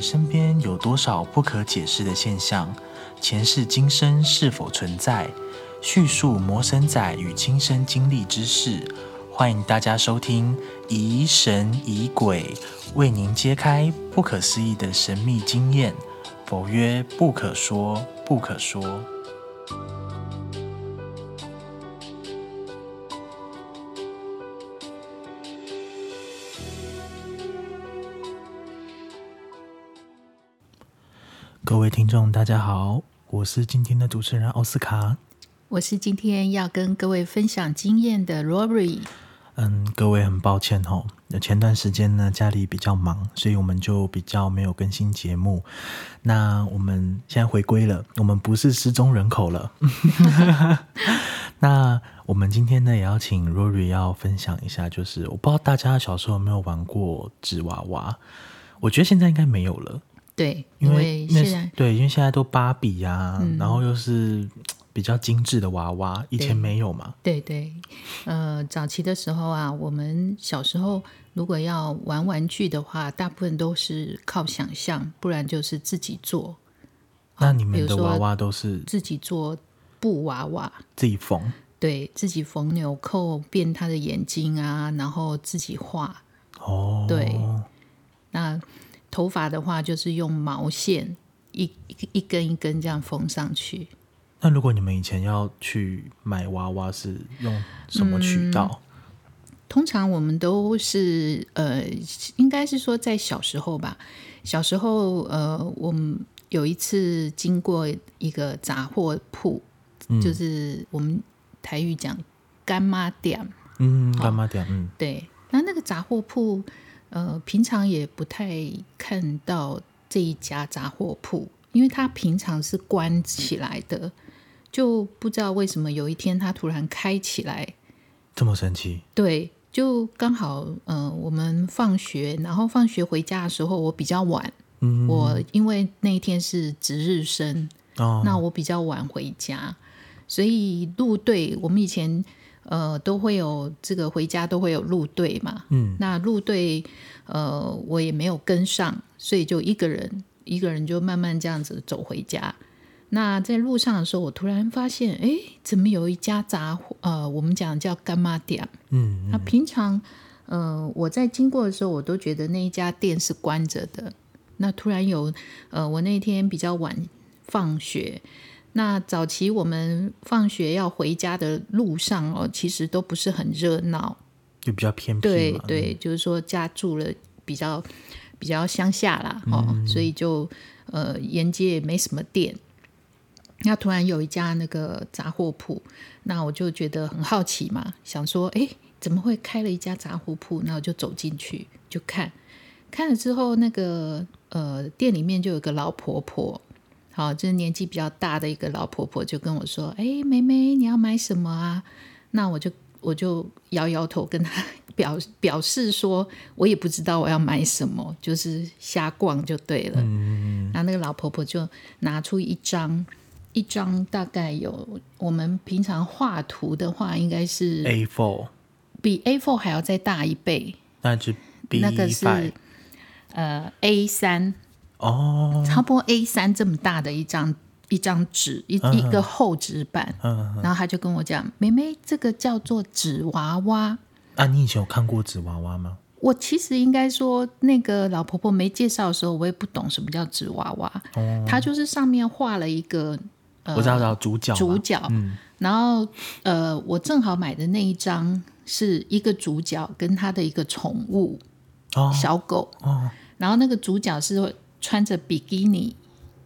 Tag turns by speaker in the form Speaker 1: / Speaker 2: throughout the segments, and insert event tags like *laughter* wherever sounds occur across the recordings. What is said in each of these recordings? Speaker 1: 身边有多少不可解释的现象？前世今生是否存在？叙述魔神仔与亲身经历之事。欢迎大家收听《疑神疑鬼》，为您揭开不可思议的神秘经验。佛曰：不可说，不可说。各位听众，大家好，我是今天的主持人奥斯卡。
Speaker 2: 我是今天要跟各位分享经验的 Rory。
Speaker 1: 嗯，各位很抱歉哦，前段时间呢家里比较忙，所以我们就比较没有更新节目。那我们现在回归了，我们不是失踪人口了。 *laughs* 那我们今天呢也要请 Rory 要分享一下，就是我不知道大家小时候有没有玩过纸娃娃，我觉得现在应该没有了。
Speaker 2: 对，
Speaker 1: 因
Speaker 2: 因
Speaker 1: 为
Speaker 2: 为啊
Speaker 1: 那
Speaker 2: 现在
Speaker 1: 对，因为现在都芭比呀、
Speaker 2: 嗯
Speaker 1: 然后又是比较精致的娃娃，以前
Speaker 2: 对哦
Speaker 1: 没有嘛。
Speaker 2: 对对，呃，早期的时候啊，我们小时候如果要玩玩具的话，大部分都是靠想象，不然就是自己做，
Speaker 1: 那你们
Speaker 2: 比
Speaker 1: 的
Speaker 2: 如说
Speaker 1: 娃娃都是
Speaker 2: 自己做布娃娃，
Speaker 1: 自己缝？
Speaker 2: 对自己缝纽扣，变他的眼睛啊，然后自己画。
Speaker 1: 哦，
Speaker 2: 对那头发的话，就是用毛线一一一根一根这样缝上去。
Speaker 1: 那如果你们以前要去买娃娃，是用什么渠道？
Speaker 2: 通常我们都是呃，应该是说在小时候吧。小时候呃，我们有一次经过一个杂货铺，
Speaker 1: 嗯
Speaker 2: 就是我们台语讲干妈店，
Speaker 1: 嗯，干妈店，嗯，
Speaker 2: 对。那那个杂货铺，呃，平常也不太看到这一家杂货铺，因为它平常是关起来的，就不知道为什么有一天它突然开起来，
Speaker 1: 这么神奇，
Speaker 2: 对，就刚好，呃，我们放学，然后放学回家的时候，我比较晚，
Speaker 1: 嗯，
Speaker 2: 我因为那一天是值日生，
Speaker 1: 哦，
Speaker 2: 那我比较晚回家，所以路队，我们以前呃都会有这个回家都会有路队嘛，
Speaker 1: 嗯，
Speaker 2: 那路队呃我也没有跟上，所以就一个人一个人就慢慢这样子走回家。那在路上的时候，我突然发现，哎，怎么有一家杂货呃，我们讲叫干妈店，
Speaker 1: 嗯，
Speaker 2: 那平常，呃，我在经过的时候，我都觉得那一家店是关着的。那突然有，呃，我那天比较晚放学，那早期我们放学要回家的路上哦，其实都不是很热闹。
Speaker 1: 就比较偏僻
Speaker 2: 对
Speaker 1: 嘛，
Speaker 2: 对，就是说家住了比较比较乡下啦，哦，所以就呃沿街也没什么店。那突然有一家那个杂货铺，那我就觉得很好奇嘛，想说，诶，怎么会开了一家杂货铺？那我就走进去就看，看了之后，那个呃店里面就有个老婆婆，好，就是年纪比较大的一个老婆婆，就跟我说，诶，妹妹，你要买什么啊？那我就我就摇摇头，跟她表表示说，我也不知道我要买什么，就是瞎逛就对了。
Speaker 1: 嗯，
Speaker 2: 那那个老婆婆就拿出一张，一张大概有我们平常画图的话，应该是
Speaker 1: ，A four，
Speaker 2: 比 A4 还要再大一倍，
Speaker 1: 那就 B
Speaker 2: 那个是
Speaker 1: five，
Speaker 2: 呃 A 三，
Speaker 1: 哦，
Speaker 2: 差不多 A 三这么大的一张一张纸，一一个厚纸板。
Speaker 1: 嗯，
Speaker 2: 然后他就跟我讲：“妹妹，这个叫做纸娃娃。
Speaker 1: 啊，你以前有看过纸娃娃吗？”
Speaker 2: 我其实应该说，那个老婆婆没介绍的时候，我也不懂什么叫纸娃娃。
Speaker 1: 哦
Speaker 2: 她就是上面画了一个
Speaker 1: 我知道，知道主角嘛，
Speaker 2: 呃主角，
Speaker 1: 嗯
Speaker 2: 然后呃，我正好买的那一张是一个主角跟他的一个宠物
Speaker 1: 哦
Speaker 2: 小狗，
Speaker 1: 哦，
Speaker 2: 然后那个主角是穿着比基尼，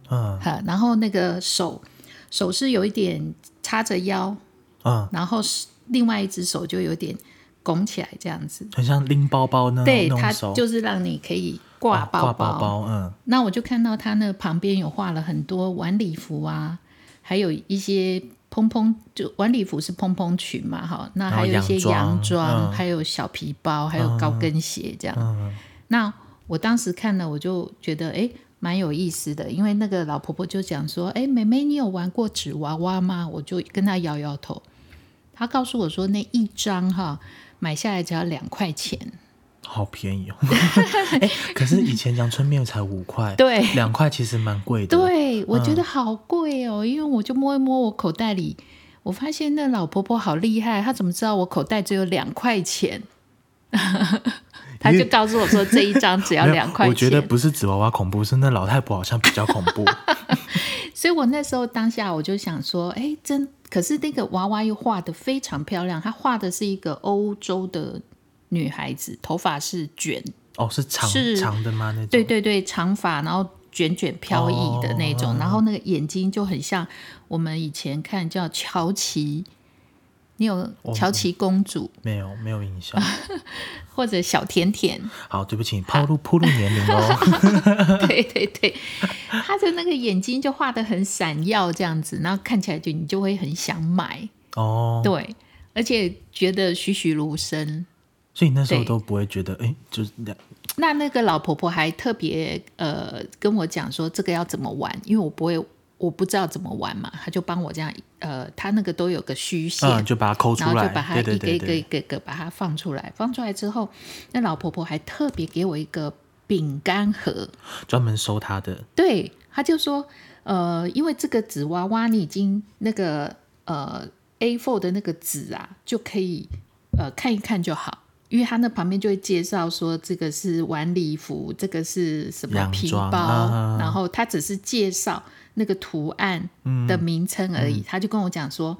Speaker 1: 嗯
Speaker 2: 哈，然后那个手手是有一点叉着腰，
Speaker 1: 嗯，
Speaker 2: 然后是另外一只手就有点拱起来这样子，
Speaker 1: 很像拎包包那
Speaker 2: 对，
Speaker 1: 那种
Speaker 2: 它
Speaker 1: 嗯手，哦
Speaker 2: 就是让你可以
Speaker 1: 挂
Speaker 2: 挂包
Speaker 1: 包包，嗯，
Speaker 2: 那我就看到他那旁边有画了很多晚礼服啊，还有一些蓬蓬，就晚礼服是蓬蓬裙嘛，哈，那还有一些
Speaker 1: 然后洋
Speaker 2: 洋
Speaker 1: 装嗯
Speaker 2: 装，还有小皮包，还有高跟鞋这样。那我当时看了，我就觉得诶蛮有意思的，因为那个老婆婆就讲说，诶，妹妹，你有玩过纸娃娃吗？我就跟她摇摇头，她告诉我说那一张哈买下来只要两块钱，
Speaker 1: 好便
Speaker 2: *laughs*
Speaker 1: 宜哦。 *laughs* 哎，可是以前阳春面才五块，
Speaker 2: 对
Speaker 1: 两块其实蛮贵的。，嗯
Speaker 2: 对，我觉得好贵哦，因为我就摸一摸我口袋里，我发现那老婆婆好厉害，她怎么知道我口袋只有两块钱？ *laughs* 她就告诉我说这一张只要
Speaker 1: 没有
Speaker 2: 两块钱。
Speaker 1: 我觉得不是纸娃娃恐怖，是那老太婆好像比较恐
Speaker 2: *laughs*
Speaker 1: 怖。
Speaker 2: 所以我那时候当下我就想说，哎，真可是那个娃娃又画的非常漂亮，她画的是一个欧洲的女孩子，头发是卷，
Speaker 1: 哦，是长
Speaker 2: 是
Speaker 1: 长的吗？那种
Speaker 2: 对对对，长发，然后卷卷飘逸的那种，
Speaker 1: 哦
Speaker 2: 然后那个眼睛就很像我们以前看叫乔琪，你有
Speaker 1: 哦
Speaker 2: 乔琪公主、
Speaker 1: 没有没有印
Speaker 2: *laughs*
Speaker 1: 象。
Speaker 2: 或者小甜甜， *laughs*
Speaker 1: 好，对不起，暴露暴露年龄哦。
Speaker 2: 对对对，她的那个眼睛就画的很闪耀这样子，然后看起来就你就会很想买，
Speaker 1: 哦，
Speaker 2: 对，而且觉得栩栩如生。
Speaker 1: 所以那时候
Speaker 2: 对
Speaker 1: 都不会觉得，哎，就是两
Speaker 2: 那那个老婆婆还特别呃跟我讲说这个要怎么玩，因为我不会，我不知道怎么玩嘛，她就帮我这样呃，她那个都有个虚线，
Speaker 1: 嗯，就把它抠出
Speaker 2: 然后
Speaker 1: 来
Speaker 2: 就把，它
Speaker 1: 对对
Speaker 2: 一个
Speaker 1: 对
Speaker 2: 一个一
Speaker 1: 对，
Speaker 2: 个一个把它放出来，放出来之后，那老婆婆还特别给我一个饼干盒，
Speaker 1: 专门收它的。
Speaker 2: 对，她就说呃，因为这个纸娃娃你已经那个呃 A4 的那个纸啊，就可以呃看一看就好。因为它那旁边就会介绍说，这个是晚礼服，这个是什么
Speaker 1: 洋
Speaker 2: 皮
Speaker 1: 装
Speaker 2: 包，
Speaker 1: 啊
Speaker 2: 然后它只是介绍那个图案的名称而
Speaker 1: 嗯
Speaker 2: 已。他就跟我讲说，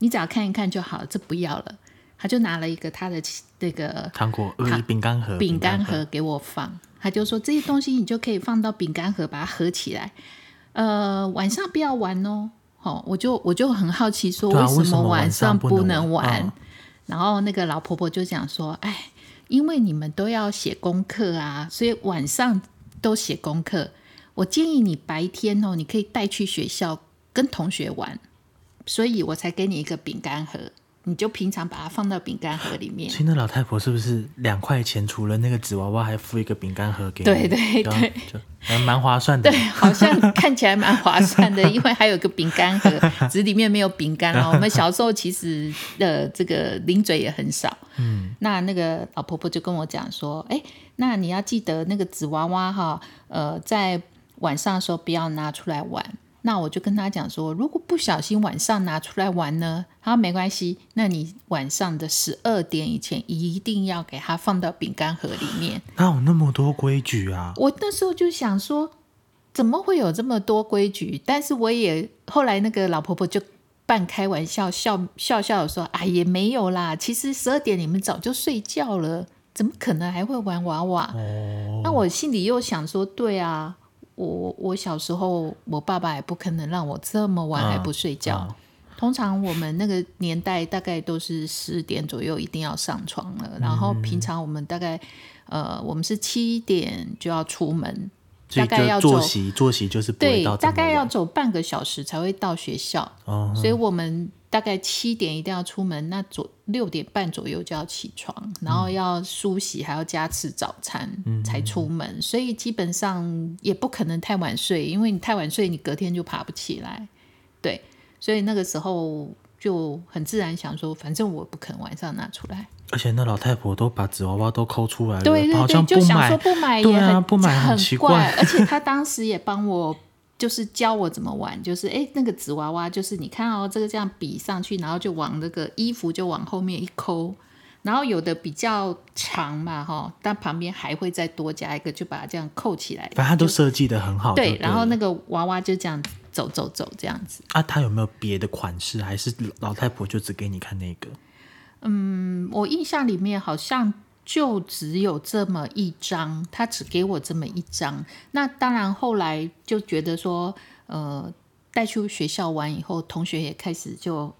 Speaker 2: 你只要看一看就好了，这不要了。他就拿了一个他的那个
Speaker 1: 糖果呃
Speaker 2: 糖
Speaker 1: 饼干盒，
Speaker 2: 饼干
Speaker 1: 盒
Speaker 2: 盒给我放，他就说这些东西你就可以放到饼干盒把它合起来，呃，晚上不要玩哦。哦，我就我就很好奇说
Speaker 1: 对啊为什
Speaker 2: 么
Speaker 1: 么晚
Speaker 2: 上
Speaker 1: 上不
Speaker 2: 不
Speaker 1: 能
Speaker 2: 能
Speaker 1: 玩
Speaker 2: 玩
Speaker 1: 嗯？
Speaker 2: 然后那个老婆婆就讲说，哎，因为你们都要写功课啊，所以晚上都写功课。我建议你白天哦，你可以带去学校跟同学玩，所以我才给你一个饼干盒，你就平常把它放到饼干盒里面。
Speaker 1: 所以那老太婆是不是两块钱除了那个纸娃娃，还附一个饼干盒给你？
Speaker 2: 对对
Speaker 1: 然后就还蛮划算的。
Speaker 2: 好像看起来蛮划算的，因为还有一个饼干盒， *laughs* 只是里面没有饼干啊。我们小时候其实呃，这个零嘴也很少。嗯，那那个老婆婆就跟我讲说，哎，那你要记得那个纸娃娃哈，呃，在晚上的时候不要拿出来玩。那我就跟她讲说，如果不小心晚上拿出来玩呢，她说没关系，那你晚上的十二点以前一定要给它放到饼干盒里面。
Speaker 1: 哪有那么多规矩啊？
Speaker 2: 我那时候就想说，怎么会有这么多规矩？但是我也后来那个老婆婆就半开玩笑笑笑笑地说：“哎，也没有啦，其实十二点你们早就睡觉了，怎么可能还会玩娃娃？”
Speaker 1: 哦
Speaker 2: 那我心里又想说：“对啊，我我小时候我爸爸也不可能让我这么晚还不睡觉。
Speaker 1: 嗯
Speaker 2: 通常我们那个年代大概都是十点左右一定要上床了，然后平常我们大概呃，我们是七点就要出门，
Speaker 1: 所
Speaker 2: 大
Speaker 1: 以
Speaker 2: 概要
Speaker 1: 就
Speaker 2: 走
Speaker 1: 作息作息就是不会
Speaker 2: 对
Speaker 1: 到，这
Speaker 2: 大
Speaker 1: 么
Speaker 2: 概
Speaker 1: 晚
Speaker 2: 要走半个小时才会到学校，
Speaker 1: 哦，
Speaker 2: 所以我们大概七点一定要出门，那左六点半左右就要起床，然后要梳洗，还要加吃早餐
Speaker 1: 嗯
Speaker 2: 才出门，所以基本上也不可能太晚睡，因为你太晚睡，你隔天就爬不起来。对，所以那个时候就很自然想说，反正我不肯晚上拿出来。
Speaker 1: 而且那老太婆都把纸娃娃都抠出来了，
Speaker 2: 对对
Speaker 1: 哎好
Speaker 2: 对，
Speaker 1: 像
Speaker 2: 就
Speaker 1: 不
Speaker 2: 想
Speaker 1: 买
Speaker 2: 说不买也
Speaker 1: 对
Speaker 2: 很、
Speaker 1: 啊不买很
Speaker 2: 很
Speaker 1: 奇怪
Speaker 2: 怪，
Speaker 1: *laughs*
Speaker 2: 而且他当时也帮我。就是教我怎么玩，就是哎，那个纸娃娃，就是你看哦，这个这样比上去，然后就往那个衣服就往后面一抠，然后有的比较长嘛，哈，但旁边还会再多加一个，就把它这样扣起来。
Speaker 1: 反正她都设计的很好。
Speaker 2: 对，
Speaker 1: 哦对，
Speaker 2: 然后那个娃娃就这样走走走这样子。
Speaker 1: 啊，她有没有别的款式？还是老太婆就只给你看那个？
Speaker 2: 嗯，我印象里面好像就只有这么一张，他只给我这么一张。那当然，后来就觉得说，呃，带去学校玩以后，同学也开始就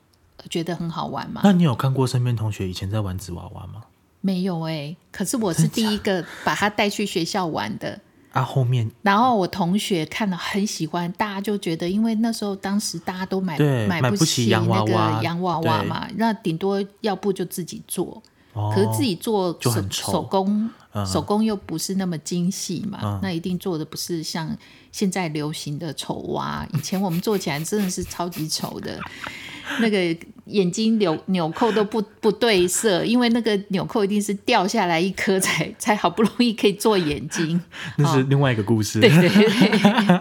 Speaker 2: 觉得很好玩嘛。
Speaker 1: 那你有看过身边同学以前在玩纸娃娃吗？
Speaker 2: 没有哎、可是我是第一个把他带去学校玩的。
Speaker 1: 啊，后面
Speaker 2: 然后我同学看了很喜欢，大家就觉得，因为那时候当时大家都买
Speaker 1: 对买
Speaker 2: 不
Speaker 1: 不起洋
Speaker 2: 那
Speaker 1: 娃
Speaker 2: 个
Speaker 1: 娃
Speaker 2: 洋娃娃嘛，那顶多要不就自己做，
Speaker 1: 哦，
Speaker 2: 可是自己做
Speaker 1: 就
Speaker 2: 手
Speaker 1: 很丑嗯
Speaker 2: 手工，手工又不是那么精细嘛，那一定做的不是像现在 *laughs* 流行的丑娃。以前我们做起来真的是超级丑的，那个眼睛纽纽扣都不不对色，因为那个纽扣一定是掉下来一颗才才好不容易可以做眼睛。
Speaker 1: 那是另外一个故事。
Speaker 2: 对对对。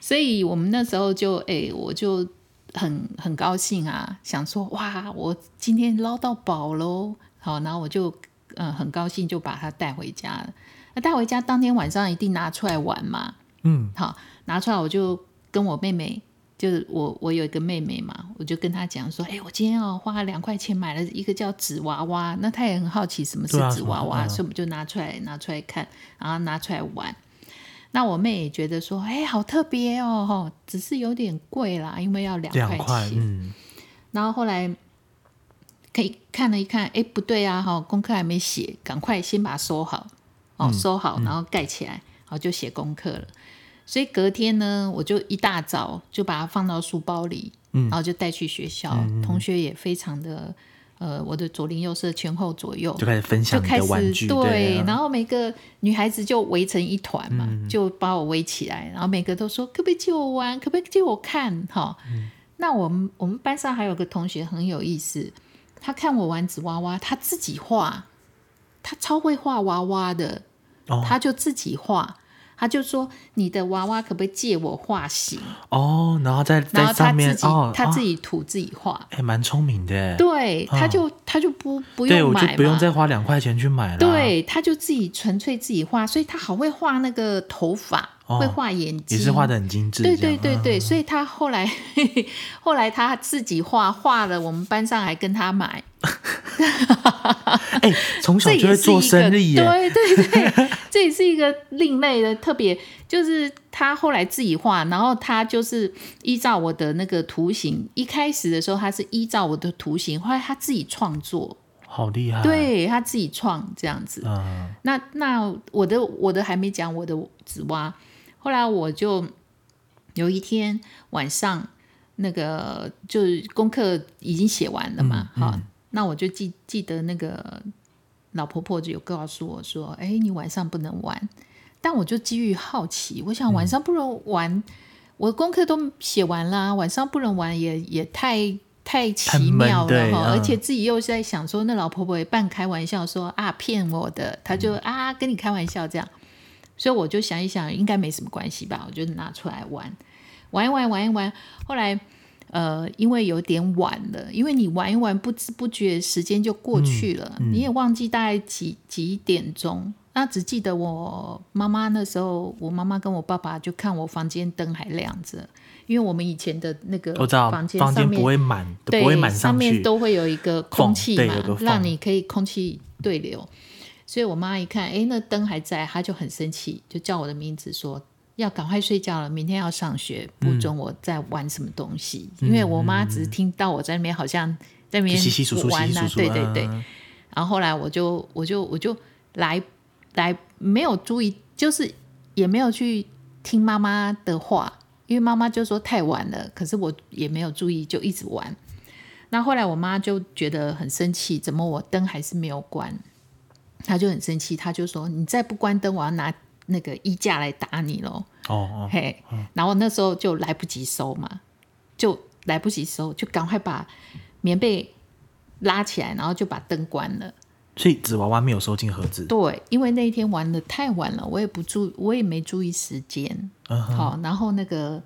Speaker 2: 所以我们那时候就哎、我就很很高兴啊，想说哇，我今天捞到宝喽！好，然后我就呃很高兴就把它带回家了。那带回家当天晚上一定拿出来玩嘛。
Speaker 1: *laughs* 嗯，
Speaker 2: 好，拿出来我就跟我妹妹，就是我我有一个妹妹嘛，我就跟她讲说，哎、我今天哦花了两块钱买了一个叫纸娃娃，那她也很好奇什么是
Speaker 1: 对啊
Speaker 2: 纸娃娃，
Speaker 1: 什么嗯
Speaker 2: 所以我们就拿出来拿出来看，然后拿出来玩。那我妹也觉得说，哎、好特别哦，吼只是有点贵啦，因为要两
Speaker 1: 两
Speaker 2: 块
Speaker 1: 块，
Speaker 2: 钱。
Speaker 1: 嗯，
Speaker 2: 然后后来可以看了一看，哎，不对啊，哈、功课还没写，赶快先把它收好，哦，收好，然后盖起来，然后就写功课了。所以隔天呢，我就一大早就把它放到书包里，然后就带去学校，同学也非常的，呃，我的左邻右舍前后左右
Speaker 1: 就开始分
Speaker 2: 哦就
Speaker 1: 享你
Speaker 2: 开
Speaker 1: 的
Speaker 2: 始
Speaker 1: 玩具，对啊，
Speaker 2: 然后每个女孩子就围成一团嘛，
Speaker 1: 嗯
Speaker 2: 就把我围起来，然后每个都说可不可以借我玩，可不可以借我看哈。
Speaker 1: 嗯
Speaker 2: 那我们我们班上还有个同学很有意思，他看我玩纸娃娃，他自己画，他超会画娃娃的，
Speaker 1: 哦
Speaker 2: 他就自己画。他就说：“你的娃娃可不可以借我画型
Speaker 1: 哦，然后在？”
Speaker 2: 然
Speaker 1: 在
Speaker 2: 后他
Speaker 1: 上
Speaker 2: 自
Speaker 1: 面
Speaker 2: 己、
Speaker 1: 哦，
Speaker 2: 他自
Speaker 1: 己
Speaker 2: 己涂自己画，
Speaker 1: 哎，蛮聪明的，
Speaker 2: 对，他
Speaker 1: 哦
Speaker 2: 就他就不不
Speaker 1: 对，
Speaker 2: 用
Speaker 1: 我
Speaker 2: 买
Speaker 1: 就
Speaker 2: 嘛，
Speaker 1: 不用再花两块钱去买了，，
Speaker 2: 对，他就自己纯粹自己画，所以他好会画那个头发，
Speaker 1: 哦
Speaker 2: 会画眼睛，
Speaker 1: 也是画的很精致，
Speaker 2: 对
Speaker 1: 这
Speaker 2: 对
Speaker 1: 样嗯
Speaker 2: 对，对，所以他后来 *laughs* 后来他自己画，画了我们班上还跟他买，
Speaker 1: 嗯哎，从
Speaker 2: 这
Speaker 1: 小
Speaker 2: 也
Speaker 1: 就会做生意
Speaker 2: 是一
Speaker 1: 耶，
Speaker 2: 个对对对， *laughs* 这也是一个另类的特别，就是他后来自己画，然后他就是依照我的那个图形，一开始的时候他是依照我的图形，后来他自己创作，
Speaker 1: 好厉害，，
Speaker 2: 对他自己创这样子，
Speaker 1: 嗯，
Speaker 2: 那那我的我的还没讲我的紫蛙，后来我就有一天晚上，那个就是功课已经写完了嘛，
Speaker 1: 嗯
Speaker 2: 好，那我就记记得那个老婆婆就有告诉我说，哎，你晚上不能玩，但我就基于好奇，我想晚上不能玩，我功课都写完啦，晚上不能玩也也太。太
Speaker 1: 太
Speaker 2: 奇
Speaker 1: 闷
Speaker 2: 妙了
Speaker 1: 对
Speaker 2: 哈，
Speaker 1: 嗯
Speaker 2: 而且自己又在想说，那老婆婆也半开玩笑说啊骗我的，她就啊跟你开玩笑这样，所以我就想一想，应该没什么关系吧，我就拿出来玩，玩一玩，玩一玩。后来呃，因为有点晚了，因为你玩一玩，不知不觉时间就过去了，
Speaker 1: 嗯
Speaker 2: 你也忘记大概几几点钟。那只记得我妈妈那时候，我妈妈跟我爸爸就看我房间灯还亮着，因为我们以前的那个
Speaker 1: 我知道
Speaker 2: 房间
Speaker 1: 哦房
Speaker 2: 上
Speaker 1: 间
Speaker 2: 面
Speaker 1: 不会满，
Speaker 2: 对，
Speaker 1: 不会满
Speaker 2: 上面
Speaker 1: 去，
Speaker 2: 都会有一个空气
Speaker 1: 缝
Speaker 2: 嘛
Speaker 1: 对有个，缝
Speaker 2: 让你可以空气对流。所以我妈一看，哎，那灯还在，她就很生气，就叫我的名字说要赶快睡觉了，明天要上学，不准
Speaker 1: 嗯
Speaker 2: 我再玩什么东西。因为我妈只是听到我在那边好像在那
Speaker 1: 就
Speaker 2: 边
Speaker 1: 稀稀疏疏，稀
Speaker 2: 玩
Speaker 1: 稀
Speaker 2: 啊，
Speaker 1: 疏疏，
Speaker 2: 对对对。
Speaker 1: 嗯，
Speaker 2: 然后后来我就我就我就来来没有注意，就是也没有去听妈妈的话，因为妈妈就说太晚了，可是我也没有注意，就一直玩。那后来我妈就觉得很生气，怎么我灯还是没有关？她就很生气，她就说：“你再不关灯，我要拿那个衣架来打你喽！”
Speaker 1: 哦哦，
Speaker 2: 嘿，然后那时候就来不及收嘛，就来不及收，就赶快把棉被拉起来，然后就把灯关了。
Speaker 1: 所以纸娃娃没有收进盒子，
Speaker 2: 对，因为那一天玩的太晚了，我也不注，我也没注意时间。
Speaker 1: 嗯
Speaker 2: 好，然后那个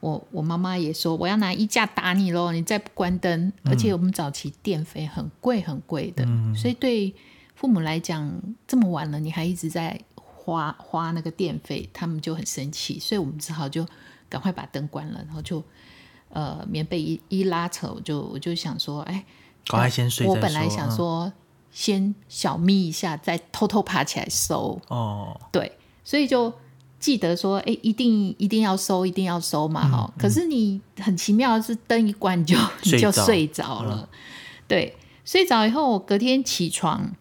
Speaker 2: 我我妈妈也说，我要拿衣架打你喽，你再不关灯。而且我们早期电费很贵很贵的，
Speaker 1: 嗯
Speaker 2: 所以对父母来讲，这么晚了你还一直在花花那个电费，他们就很生气，所以我们只好就赶快把灯关了，然后就呃棉被一一拉扯，我就我就想说，哎，
Speaker 1: 赶快先睡再
Speaker 2: 我
Speaker 1: 说。
Speaker 2: 本来想
Speaker 1: 嗯，
Speaker 2: 说先小眯一下，再偷偷爬起来收，
Speaker 1: 哦，
Speaker 2: 对，所以就记得说，哎，一定一定要收，一定要收
Speaker 1: 嗯
Speaker 2: 嘛，哈、可是你很奇妙的是，灯一关你就你
Speaker 1: *laughs* 睡
Speaker 2: 就
Speaker 1: 着嗯
Speaker 2: 睡着了，对，睡着以后，我隔天起床，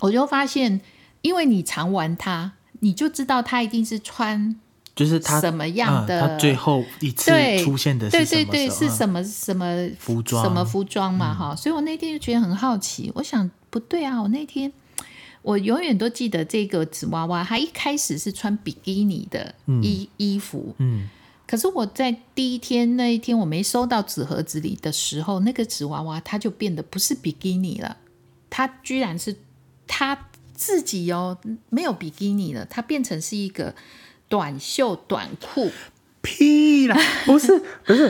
Speaker 2: 我就发现，因为你常玩它，你就知道它一定是穿
Speaker 1: 就是他
Speaker 2: 什么样
Speaker 1: 嗯，
Speaker 2: 的。
Speaker 1: 他最后一次
Speaker 2: 对
Speaker 1: 出现的
Speaker 2: 对
Speaker 1: 是什
Speaker 2: 对
Speaker 1: 么
Speaker 2: 对，
Speaker 1: 时
Speaker 2: 是
Speaker 1: 候？嗯
Speaker 2: 什么什么
Speaker 1: 服装嗯
Speaker 2: 什么服装嘛哈、所以我那天就觉得很好奇，我想不对啊，我那天我永远都记得这个纸娃娃，它一开始是穿比基尼的衣、衣服，
Speaker 1: 嗯，
Speaker 2: 可是我在第一天那一天我没收到纸盒子里的时候，那个纸娃娃它就变得不是比基尼了，它居然是它自己哦，没有比基尼了，它变成是一个短袖短裤。
Speaker 1: 啊屁啦，不是 *laughs* 不是，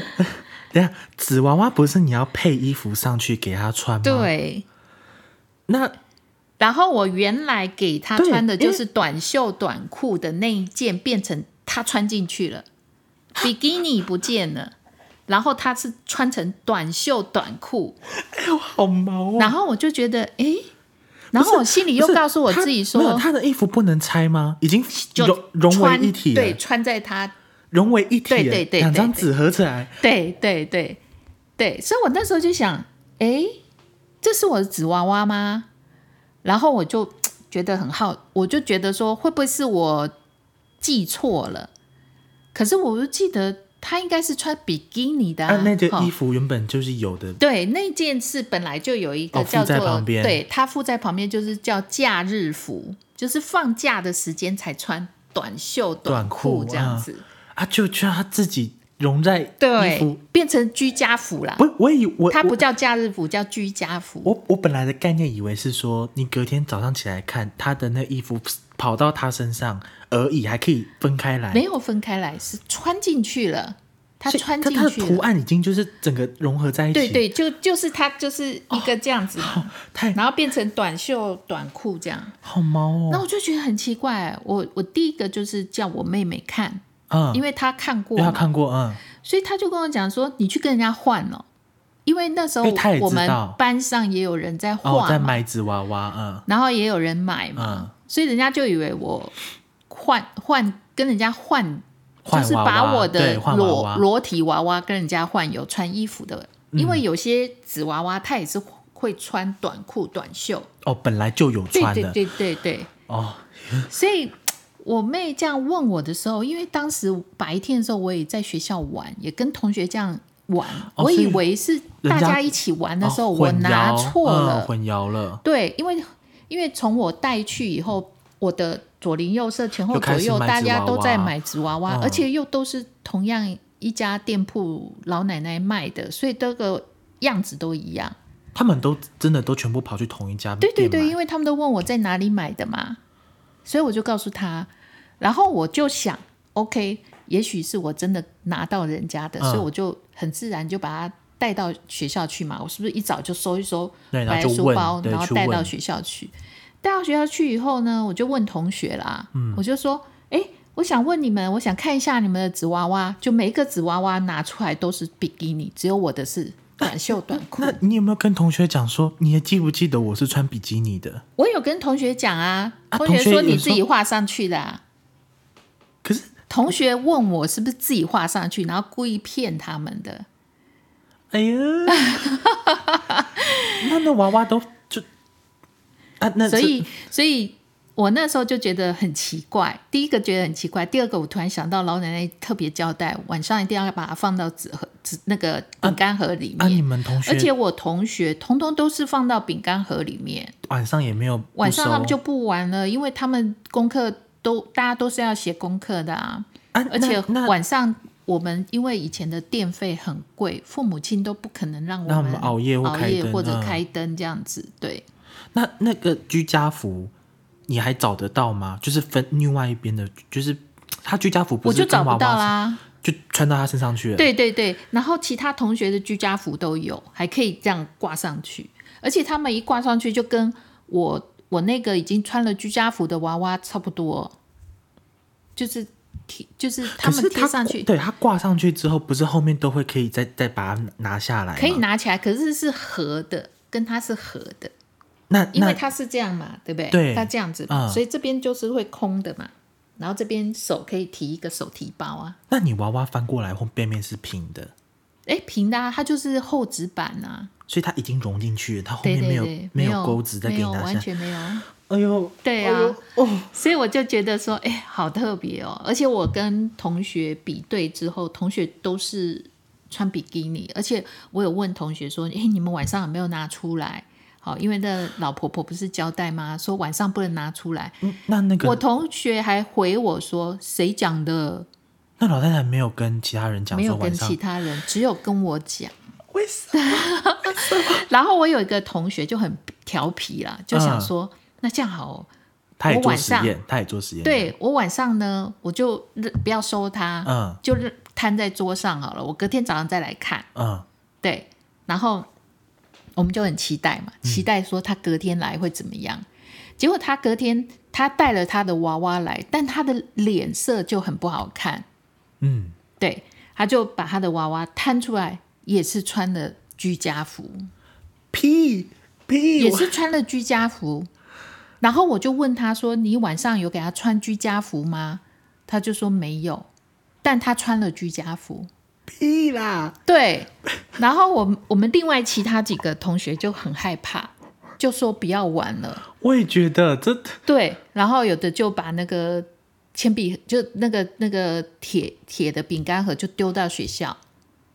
Speaker 1: 等一下纸娃娃不是你要配衣服上去给他穿吗？，
Speaker 2: 对，
Speaker 1: 那
Speaker 2: 然后我原来给他
Speaker 1: 对
Speaker 2: 穿的
Speaker 1: 因
Speaker 2: 就
Speaker 1: 为
Speaker 2: 是短袖短裤的那一件，变成他穿进去了，比基尼不见了，然后他是穿成短袖短裤，
Speaker 1: 好毛哦。
Speaker 2: 然后我就觉得哎，诶然后我心里又
Speaker 1: 不是
Speaker 2: 告诉我
Speaker 1: 他
Speaker 2: 自己
Speaker 1: 没有
Speaker 2: 说，
Speaker 1: 他的衣服不能拆吗？已经
Speaker 2: 就
Speaker 1: 融融为
Speaker 2: 穿
Speaker 1: 一体了，
Speaker 2: 对，穿在他
Speaker 1: 融为一体了，
Speaker 2: 对对对
Speaker 1: 两张
Speaker 2: 对
Speaker 1: 纸合起来，
Speaker 2: 对对对对，所以我那时候就想，诶，这是我的纸娃娃吗？然后我就觉得很好，我就觉得说会不会是我记错了？可是我就记得他应该是穿比基尼的、
Speaker 1: 啊，那件
Speaker 2: 哈
Speaker 1: 衣服原本就是有的，
Speaker 2: 对，那件是本来就有一个
Speaker 1: 哦附
Speaker 2: 叫做、
Speaker 1: 在旁边
Speaker 2: 对，它附在旁边就是叫假日服，就是放假的时间才穿短袖
Speaker 1: 短
Speaker 2: 裤
Speaker 1: 裤
Speaker 2: 这样
Speaker 1: 啊
Speaker 2: 子。
Speaker 1: 啊，就就他自己融在衣
Speaker 2: 对
Speaker 1: 服，，
Speaker 2: 变成居家服啦。
Speaker 1: 不，我以我
Speaker 2: 它不
Speaker 1: 我
Speaker 2: 叫假日服，叫居家服。
Speaker 1: 我我本来的概念以为是说，你隔天早上起来看他的那衣服跑到他身上而已，还可以分开来，
Speaker 2: 没有分开来，是穿进去了，它
Speaker 1: 所以
Speaker 2: 穿
Speaker 1: 它
Speaker 2: 进
Speaker 1: 它的
Speaker 2: 去
Speaker 1: 图
Speaker 2: 了。
Speaker 1: 案已经就是整个融合在一起，
Speaker 2: 对对，就就是它就是一个这样子嘛，
Speaker 1: 太
Speaker 2: 然后变成短袖短裤这样。
Speaker 1: 好毛
Speaker 2: 那
Speaker 1: 哦哦，
Speaker 2: 我就觉得很奇怪，我我第一个就是叫我妹妹看，
Speaker 1: 嗯，
Speaker 2: 因
Speaker 1: 为
Speaker 2: 为她看过
Speaker 1: 他
Speaker 2: 嘛，
Speaker 1: 看过，嗯，
Speaker 2: 所以她就跟我讲说，你去跟人家换哦，因为那时候
Speaker 1: 因为她也
Speaker 2: 我
Speaker 1: 知
Speaker 2: 们
Speaker 1: 道
Speaker 2: 班上也有人在
Speaker 1: 哦，在
Speaker 2: 换嘛，
Speaker 1: 买纸娃娃，嗯
Speaker 2: 然后也有人买嘛，
Speaker 1: 嗯，
Speaker 2: 所以人家就以为我换换跟人家换
Speaker 1: 换
Speaker 2: 就是
Speaker 1: 娃娃
Speaker 2: 把我的
Speaker 1: 对换
Speaker 2: 裸
Speaker 1: 娃嗯娃，
Speaker 2: 裸体娃娃跟人家换有穿衣服的，因为有些纸娃娃它也是会穿短裤短袖，
Speaker 1: 哦，本来就有
Speaker 2: 对
Speaker 1: 穿
Speaker 2: 对
Speaker 1: 的，
Speaker 2: 对对对，
Speaker 1: 哦，
Speaker 2: 所以我妹这样问我的时候，因为当时白天的时候我也在学校玩，也跟同学这样玩，
Speaker 1: 哦
Speaker 2: 我以
Speaker 1: 所以
Speaker 2: 为是大
Speaker 1: 人家
Speaker 2: 家一起玩的时候、
Speaker 1: 哦
Speaker 2: 我
Speaker 1: 混
Speaker 2: 拿
Speaker 1: 淆
Speaker 2: 错
Speaker 1: 嗯
Speaker 2: 了，
Speaker 1: 混淆了，
Speaker 2: 对，因为因为从我带去以后，我的左邻右舍、前后
Speaker 1: 就
Speaker 2: 左
Speaker 1: 开始
Speaker 2: 右
Speaker 1: 卖
Speaker 2: 大
Speaker 1: 纸
Speaker 2: 家
Speaker 1: 娃
Speaker 2: 都在
Speaker 1: 娃
Speaker 2: 买纸娃娃，
Speaker 1: 嗯
Speaker 2: 而且又都是同样一家店铺老奶奶卖的，所以这个样子都一样。
Speaker 1: 他们都真的都全部跑去同一家
Speaker 2: 对
Speaker 1: 店
Speaker 2: 对对，
Speaker 1: 买
Speaker 2: 因为他们都问我在哪里买的嘛，所以我就告诉他，然后我就想，OK，也许是我真的拿到人家的，
Speaker 1: 嗯
Speaker 2: 所以我就很自然就把它带到学校去嘛。我是不是一早就收一收，
Speaker 1: 对然
Speaker 2: 摆
Speaker 1: 后
Speaker 2: 在
Speaker 1: 就
Speaker 2: 书
Speaker 1: 问
Speaker 2: 包，
Speaker 1: 对
Speaker 2: 然后
Speaker 1: 去
Speaker 2: 带
Speaker 1: 问
Speaker 2: 到学校去？带到学校去以后呢，我就问同学啦，
Speaker 1: 嗯
Speaker 2: 我就说，哎、我想问你们，我想看一下你们的纸娃娃，就每一个纸娃娃拿出来都是比基尼，只有我的是短袖短裤。
Speaker 1: 那你有没有跟同学讲说，你还记不记得我是穿比基尼的？
Speaker 2: 我有跟同学讲啊，
Speaker 1: 啊
Speaker 2: 同学
Speaker 1: 同学
Speaker 2: 说你
Speaker 1: 有
Speaker 2: 自己画上去的、啊。
Speaker 1: 可是
Speaker 2: 同学问我是不是自己画上去，然后故意骗他们的。
Speaker 1: 哎
Speaker 2: *laughs*
Speaker 1: 呀，那那娃娃都就啊，那
Speaker 2: 所
Speaker 1: 是
Speaker 2: 以，所以我那时候就觉得很奇怪。第一个觉得很奇怪，第二个我突然想到老奶奶特别交代，晚上一定要把它放到纸盒、纸那个饼干盒里
Speaker 1: 啊，你
Speaker 2: 面。
Speaker 1: 们同学
Speaker 2: 而且我同学通通都是放到饼干盒里面，
Speaker 1: 晚上也没有不哦
Speaker 2: 晚上他们就
Speaker 1: 收
Speaker 2: 不玩了，因为他们功课都大家都是要写功课的啊。
Speaker 1: 啊，
Speaker 2: 而且
Speaker 1: 那那
Speaker 2: 晚上我们因为以前的电费很贵，父母亲都不可能让我
Speaker 1: 让我
Speaker 2: 们
Speaker 1: 们熬夜或
Speaker 2: 熬
Speaker 1: 开
Speaker 2: 夜
Speaker 1: 灯
Speaker 2: 或者
Speaker 1: 嗯
Speaker 2: 开灯这样子。对，
Speaker 1: 那那个居家服你还找得到吗？就是分另外一边的，就是他居家服不
Speaker 2: 我
Speaker 1: 是
Speaker 2: 就
Speaker 1: 跟
Speaker 2: 找
Speaker 1: 娃
Speaker 2: 不
Speaker 1: 娃
Speaker 2: 到
Speaker 1: 是，
Speaker 2: 啦。
Speaker 1: 就穿到他身上去了。
Speaker 2: 对对对，然后其他同学的居家服都有，还可以这样挂上去，而且他们一挂上去就跟我我那个已经穿了居家服的娃娃差不多，就是贴就是他
Speaker 1: 可
Speaker 2: 们
Speaker 1: 是
Speaker 2: 贴
Speaker 1: 他
Speaker 2: 上去
Speaker 1: 对他挂上去之后，不是后面都会可以再再把它拿下来吗？
Speaker 2: 可以拿起来，可是是合的，跟它是合的。
Speaker 1: 那
Speaker 2: 因为
Speaker 1: 那
Speaker 2: 它是这样嘛，对不对？
Speaker 1: 对
Speaker 2: 它这样子嘛，
Speaker 1: 嗯
Speaker 2: 所以这边就是会空的嘛。然后这边手可以提一个手提包啊，
Speaker 1: 那你娃娃翻过来后背面是平的，
Speaker 2: 哎，平的、啊，它就是厚纸板啊，
Speaker 1: 所以它已经融进去了，它后
Speaker 2: 对
Speaker 1: 面
Speaker 2: 对
Speaker 1: 哦没有
Speaker 2: 对，
Speaker 1: 没
Speaker 2: 有
Speaker 1: 钩子再给你
Speaker 2: 没有
Speaker 1: 拿
Speaker 2: 完
Speaker 1: 下。
Speaker 2: 全没有。
Speaker 1: 哎呦，
Speaker 2: 对啊
Speaker 1: 哎呦哦，
Speaker 2: 所以我就觉得说，哎，好特别哦！而且我跟同学比对之后，同学都是穿比基尼，而且我有问同学说，哎，你们晚上有没有拿出来？好，因为那老婆婆不是交代吗？说晚上不能拿出来，
Speaker 1: 嗯那那
Speaker 2: 我
Speaker 1: 个
Speaker 2: 同学还回我说：“谁讲的？
Speaker 1: 那老太太没有跟其他人讲
Speaker 2: 没
Speaker 1: 说
Speaker 2: 有
Speaker 1: 晚
Speaker 2: 跟
Speaker 1: 上
Speaker 2: 其他人，只有跟我讲。
Speaker 1: *laughs* 为什么？
Speaker 2: 然后我有一个同学就很调皮啦，
Speaker 1: 嗯
Speaker 2: 就想说，那这样好哦、
Speaker 1: 他也
Speaker 2: 我
Speaker 1: 做
Speaker 2: 晚
Speaker 1: 实
Speaker 2: 上
Speaker 1: 验，他也做实验。，
Speaker 2: 对我晚上呢，我就呃不要收它，
Speaker 1: 嗯
Speaker 2: 就摊在桌上好了，我隔天早上再来看。
Speaker 1: 嗯
Speaker 2: 对，然后我们就很期待嘛，
Speaker 1: 嗯
Speaker 2: 期待说他隔天来会怎么样。结果他隔天他带了他的娃娃来，但他的脸色就很不好看。
Speaker 1: 嗯，
Speaker 2: 对，他就把他的娃娃摊出来，也是穿了居家服，
Speaker 1: 屁屁，
Speaker 2: 也
Speaker 1: 我
Speaker 2: 是穿了居家服。然后我就问他说：“你晚上有给他穿居家服吗？”他就说没有，但他穿了居家服。
Speaker 1: 屁啦！
Speaker 2: 对，然后我们我们另外其他几个同学就很害怕，就说不要玩了。
Speaker 1: 我也觉得这
Speaker 2: 对，然后有的就把那个铅笔，就那个那个铁铁的饼干盒就丢到学校，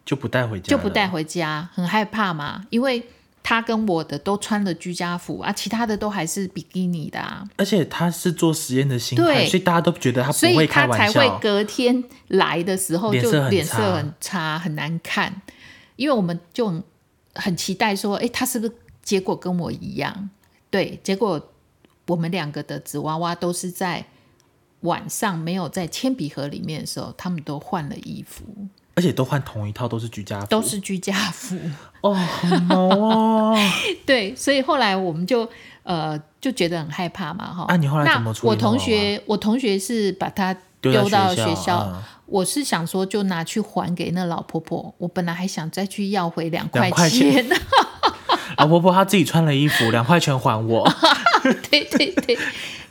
Speaker 1: 就不带回家，
Speaker 2: 就不带。回家，很害怕嘛，因为。他跟我的都穿了居家服啊，其他的都还是比基尼的啊，
Speaker 1: 而且他是做实验的心态，
Speaker 2: 对
Speaker 1: 所以大家都觉得他
Speaker 2: 所
Speaker 1: 不
Speaker 2: 以
Speaker 1: 会开
Speaker 2: 他才
Speaker 1: 玩
Speaker 2: 会
Speaker 1: 笑。
Speaker 2: 隔天来的时候
Speaker 1: 脸
Speaker 2: 就
Speaker 1: 色很
Speaker 2: 脸
Speaker 1: 差
Speaker 2: 色很差，很难看，因为我们就很很期待说，哎，他是不是结果跟我一样？对，结果我们两个的纸娃娃都是在晚上没有在铅笔盒里面的时候，他们都换了衣服，
Speaker 1: 而且都换同一套，都是居家服，
Speaker 2: 都是居家服。
Speaker 1: 哦，好毛哦！
Speaker 2: 对，所以后来我们就呃就觉得很害怕嘛，哈。
Speaker 1: 啊你后来怎么处理
Speaker 2: 那我
Speaker 1: 那个娃娃
Speaker 2: 同学，我同学是把它
Speaker 1: 丢到
Speaker 2: 丢 *laughs*
Speaker 1: 学
Speaker 2: 到学
Speaker 1: 校
Speaker 2: 校，
Speaker 1: 嗯
Speaker 2: 我是想说就拿去还给那老婆婆。我本来还想再去要回两
Speaker 1: 两块
Speaker 2: 钱，
Speaker 1: 老婆婆她自己穿了衣服，两块钱还
Speaker 2: *laughs*
Speaker 1: 我，
Speaker 2: 对对对。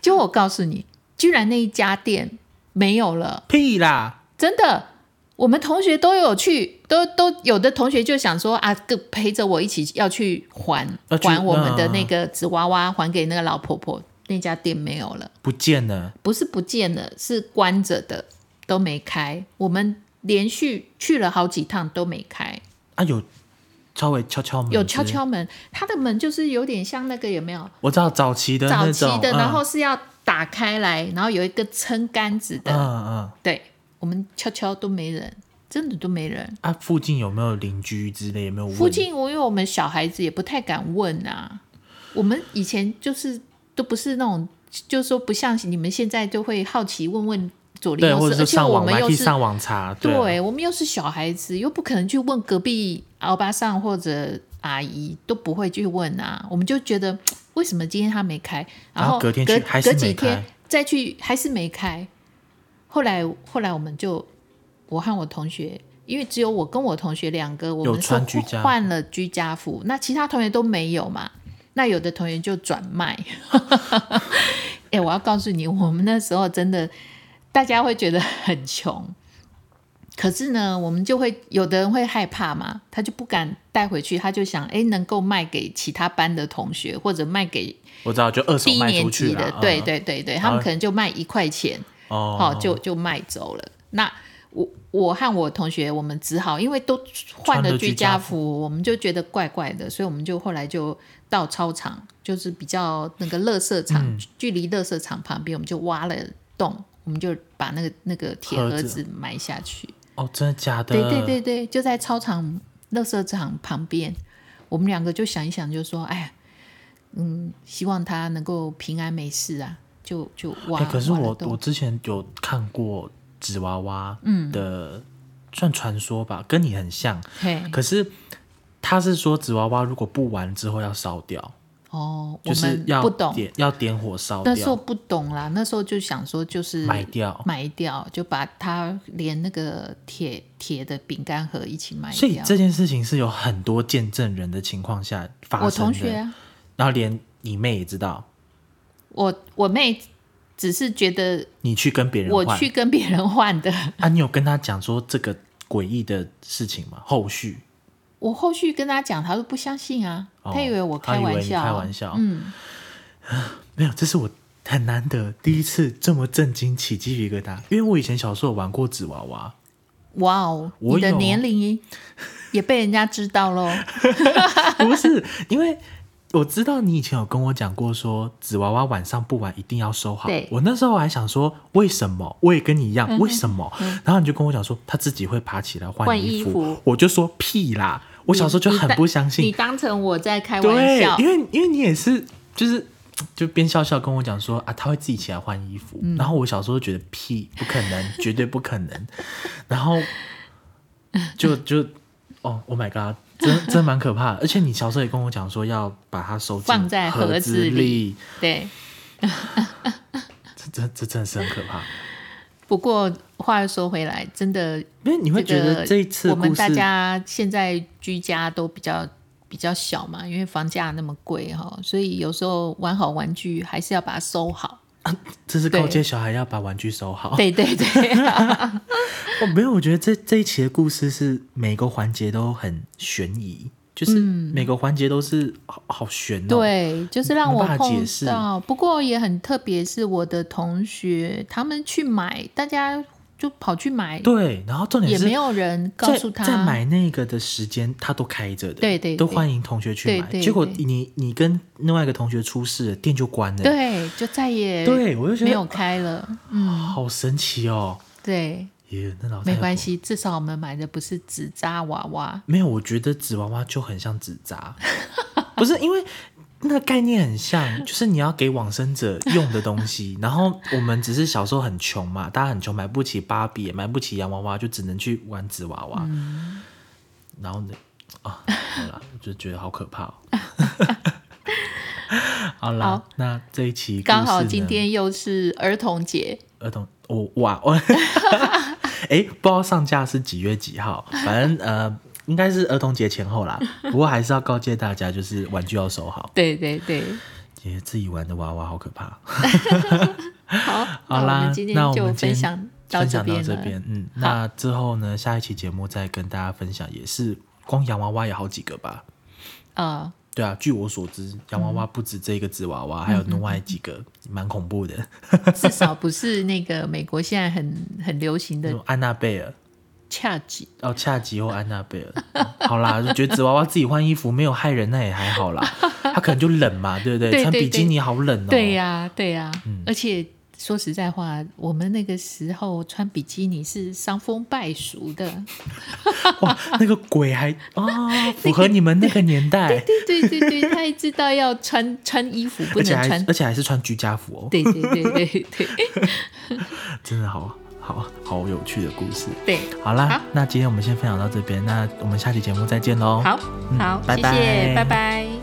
Speaker 2: 就我告诉你，居然那一家店没有了，
Speaker 1: 屁啦！
Speaker 2: 真的。我们同学都有去，都都有的同学就想说啊，跟陪着我一起要去还
Speaker 1: 要去
Speaker 2: 还我们的
Speaker 1: 嗯
Speaker 2: 那个纸娃娃，还给那个老婆婆。那家店没有了。
Speaker 1: 不见了，
Speaker 2: 不是不见了，是关着的，都没开。我们连续去了好几趟都没开，
Speaker 1: 啊，有稍微敲敲门，
Speaker 2: 有敲，敲门，它的门就是有点像那个有没有
Speaker 1: 我知道早期的那
Speaker 2: 早
Speaker 1: 种，
Speaker 2: 期的，然
Speaker 1: 嗯
Speaker 2: 后是要打开来，然后有一个撑杆子的，
Speaker 1: 嗯嗯
Speaker 2: 对我们敲敲都没人，真的都没人。
Speaker 1: 啊，附近有没有邻居之类？有没有问
Speaker 2: 附近我因为我们小孩子也不太敢问啊，我们以前就是都不是那种，就是说不像你们现在就会好奇问问左邻
Speaker 1: 对，
Speaker 2: 右
Speaker 1: 或
Speaker 2: 舍
Speaker 1: 者，
Speaker 2: 而
Speaker 1: 是
Speaker 2: 且
Speaker 1: 上
Speaker 2: 我
Speaker 1: 网
Speaker 2: 们
Speaker 1: 来
Speaker 2: 又
Speaker 1: 可以
Speaker 2: 是
Speaker 1: 上网查，啊
Speaker 2: 对我们又是小孩子，又不可能去问隔壁奥巴桑或者阿姨，都不会去问啊。我们就觉得为什么今天他没开，
Speaker 1: 然后
Speaker 2: 后
Speaker 1: 隔
Speaker 2: 隔
Speaker 1: 天去还是
Speaker 2: 隔几
Speaker 1: 没开
Speaker 2: 天再去还是没开。后来后来我们就我和我同学，因为只有我跟我同学两个，我
Speaker 1: 有
Speaker 2: 们是
Speaker 1: 穿居家
Speaker 2: 换了居家服，那其他同学都没有嘛。那有的同学就转卖。 *laughs* 哎、我要告诉你，我们那时候真的，大家会觉得很穷，可是呢，我们就会有的人会害怕嘛，他就不敢带回去，他就想，哎，能够卖给其他班的同学，或者卖给
Speaker 1: 我知道，就二手
Speaker 2: 低
Speaker 1: 卖
Speaker 2: 年
Speaker 1: 出去
Speaker 2: 级的
Speaker 1: 了，，嗯
Speaker 2: 对，对对对，他们可能就卖一块钱，
Speaker 1: 哦
Speaker 2: 哦，，就就卖走了。那我我和我同学，我们只好因为都换
Speaker 1: 穿了
Speaker 2: 了
Speaker 1: 居
Speaker 2: 居
Speaker 1: 家
Speaker 2: 家
Speaker 1: 服
Speaker 2: 服，我们就觉得怪怪的，所以我们就后来就到操场，就是比较那个垃圾场，
Speaker 1: 嗯
Speaker 2: 距离垃圾场旁边，我们就挖了洞，我们就把那个那个铁
Speaker 1: 盒
Speaker 2: 盒
Speaker 1: 子
Speaker 2: 子埋下去。
Speaker 1: 哦，真的假的？
Speaker 2: 对对对对，就在操场、垃圾场旁边，我们两个就想一想，就说，哎呀，嗯，希望他能够平安没事啊，就就挖。
Speaker 1: 哎可是
Speaker 2: 挖了
Speaker 1: 我
Speaker 2: 洞
Speaker 1: 我之前有看过纸娃娃，
Speaker 2: 嗯
Speaker 1: 的算传说吧，跟你很像，
Speaker 2: 嘿，
Speaker 1: 可是他是说纸娃娃如果不玩之后要烧掉，
Speaker 2: 哦，
Speaker 1: 就
Speaker 2: 我
Speaker 1: 是
Speaker 2: 们
Speaker 1: 要
Speaker 2: 不懂，
Speaker 1: 点要点火烧
Speaker 2: 那时候
Speaker 1: 掉，
Speaker 2: 不懂啦，那时候就想说就是
Speaker 1: 埋掉。
Speaker 2: 埋掉，就把它连那个铁铁的饼干盒一起埋
Speaker 1: 所以
Speaker 2: 掉。
Speaker 1: 这件事情是有很多见证人的情况下发生的，
Speaker 2: 我同学啊，
Speaker 1: 然后连你妹也知道，
Speaker 2: 我我妹只是觉得
Speaker 1: 你去跟别人
Speaker 2: 我
Speaker 1: 换
Speaker 2: 去跟别人换的，
Speaker 1: 啊，你有跟他讲说这个诡异的事情吗？后续
Speaker 2: 我后续跟他讲，他都不相信啊，
Speaker 1: 哦
Speaker 2: 他以为我
Speaker 1: 他
Speaker 2: 开
Speaker 1: 以为
Speaker 2: 玩
Speaker 1: 你
Speaker 2: 笑啊，
Speaker 1: 开玩笑
Speaker 2: 嗯，
Speaker 1: *sighs* 没有，这是我很难得第一次这么震惊起鸡皮疙瘩，因为我以前小时候有玩过纸娃
Speaker 2: *laughs*
Speaker 1: 娃，
Speaker 2: 哇哦，
Speaker 1: 我
Speaker 2: 你的
Speaker 1: 有啊 *laughs*
Speaker 2: 年龄也被人家知道喽，
Speaker 1: 不是因为我知道你以前有跟我讲过说，纸娃娃晚上不玩一定要收好
Speaker 2: 对。嗯
Speaker 1: 我那时候还想说，为什么？我也跟你一样，为什么？然后你就跟我讲说，他自己会爬起来换
Speaker 2: 换
Speaker 1: 衣
Speaker 2: 衣
Speaker 1: 服。
Speaker 2: 服
Speaker 1: 我就说屁啦！我小时候就很不相
Speaker 2: 你
Speaker 1: 信。
Speaker 2: 当成我在开玩
Speaker 1: 对
Speaker 2: 笑，，
Speaker 1: 因为因为你也是，就是就边笑笑跟我讲说啊，他会自己起来换衣
Speaker 2: 嗯
Speaker 1: 服。然后我小时候就觉得屁，不可
Speaker 2: *laughs*
Speaker 1: 能，绝对不可能。然后就就哦，Oh my god！真真蛮可怕的，而且你小时候也跟我讲说要把它收进
Speaker 2: 放在盒
Speaker 1: 盒
Speaker 2: 子
Speaker 1: 里
Speaker 2: 里，对。
Speaker 1: 这这这真的是很可怕。
Speaker 2: 不过话又说回来，真的，
Speaker 1: 因为你会觉得这一次
Speaker 2: 我
Speaker 1: 的故
Speaker 2: 们
Speaker 1: 事，
Speaker 2: 大家现在居家都比较比较小嘛，因为房价那么贵哈、所以有时候玩好玩具还是要把它收好。
Speaker 1: 这是告
Speaker 2: 对
Speaker 1: 诫小孩要把玩具收好。
Speaker 2: 对对
Speaker 1: *laughs*
Speaker 2: 对，
Speaker 1: 哦，没有，我觉得这这一期的故事是每个环节都很悬疑，就是每个环节都是好好悬哦。
Speaker 2: 嗯对，就是让我
Speaker 1: 没办法
Speaker 2: 碰
Speaker 1: 解释
Speaker 2: 到。不过也很特别，是我的同学他们去买，大家就跑去买，
Speaker 1: 对，然后重点
Speaker 2: 也
Speaker 1: 是
Speaker 2: 没有人告诉
Speaker 1: 在在
Speaker 2: 他。
Speaker 1: 买那个的时间，他都开着的，
Speaker 2: 对对
Speaker 1: 都
Speaker 2: 对
Speaker 1: 欢迎同学去
Speaker 2: 对
Speaker 1: 买。
Speaker 2: 对
Speaker 1: 结果
Speaker 2: 对
Speaker 1: 你你跟另外一个同学出事了，店就关了。，
Speaker 2: 对，就再也
Speaker 1: 对我就觉得
Speaker 2: 没有开了。
Speaker 1: 好神奇哦！
Speaker 2: 对，
Speaker 1: 耶，那老太
Speaker 2: 没
Speaker 1: 婆
Speaker 2: 关，系，至少我们买的不是纸扎娃娃。
Speaker 1: 没有，我觉得纸娃娃就很像纸扎， *laughs* 不是因为。那个概念很像， *laughs* 就是你要给往生者用的东西。 *laughs* 然后我们只是小时候很穷嘛，大家很穷，买不起芭比，也买不起洋娃娃，就只能去玩纸娃娃。
Speaker 2: 嗯
Speaker 1: 然后呢，啊，好啦， *laughs* 我就觉得好可怕、
Speaker 2: *laughs*
Speaker 1: 哦。好啦，
Speaker 2: 好
Speaker 1: 那这一期故事呢
Speaker 2: 刚好今天又是儿童节，
Speaker 1: 儿童，我、哇，我 *laughs* 哎，不知道上架是几月几号，反正呃，应该是儿童节前后
Speaker 2: *laughs*
Speaker 1: 啦。不过还是要告诫大家，就是玩具要收好。
Speaker 2: 对对对，
Speaker 1: 姐姐自己玩的娃娃好可怕。
Speaker 2: 好，
Speaker 1: 好
Speaker 2: 那我
Speaker 1: 啦
Speaker 2: 们今，
Speaker 1: 那
Speaker 2: 天
Speaker 1: 我
Speaker 2: 就
Speaker 1: 们今天
Speaker 2: 分享到
Speaker 1: 分
Speaker 2: 这
Speaker 1: 享到
Speaker 2: 边
Speaker 1: 这
Speaker 2: 了，
Speaker 1: 边，嗯，那之后呢，下一期节目再跟大家分享，也是光洋娃娃也好几个吧。
Speaker 2: 呃，
Speaker 1: 对啊，据我所知，洋娃娃不止这个纸娃
Speaker 2: 嗯
Speaker 1: 娃，还有另外几个蛮恐怖的，
Speaker 2: 至少不是那个美国现在很很流行
Speaker 1: 那 *laughs*
Speaker 2: 的
Speaker 1: 种安娜贝尔。
Speaker 2: 恰吉，
Speaker 1: 哦，恰吉或安娜贝尔、 *laughs* 嗯好啦，就觉得纸娃娃自己换衣服没有害人，那也还
Speaker 2: *laughs*
Speaker 1: 好啦。他可能就冷嘛，对不对？
Speaker 2: 对对
Speaker 1: 穿比基尼好冷哦。
Speaker 2: 对、呀对呀，
Speaker 1: 嗯
Speaker 2: 而且说实在话，我们那个时候穿比基尼是伤风败俗的，
Speaker 1: 哇，那个鬼还哦，符合你们那个年代，
Speaker 2: 对对对对，他也知道要穿 *laughs* 穿衣服不
Speaker 1: 而
Speaker 2: 能
Speaker 1: 且还
Speaker 2: 穿
Speaker 1: 而，且还是穿居家服哦，
Speaker 2: 对对对对对
Speaker 1: 真的好好好有趣的故事。 *laughs*
Speaker 2: 对，
Speaker 1: 好啦，
Speaker 2: 好
Speaker 1: 那今天我们先分享到这边，那我们下期节目再见喽。
Speaker 2: 好好，
Speaker 1: 嗯拜
Speaker 2: 谢
Speaker 1: 拜
Speaker 2: 谢，拜拜。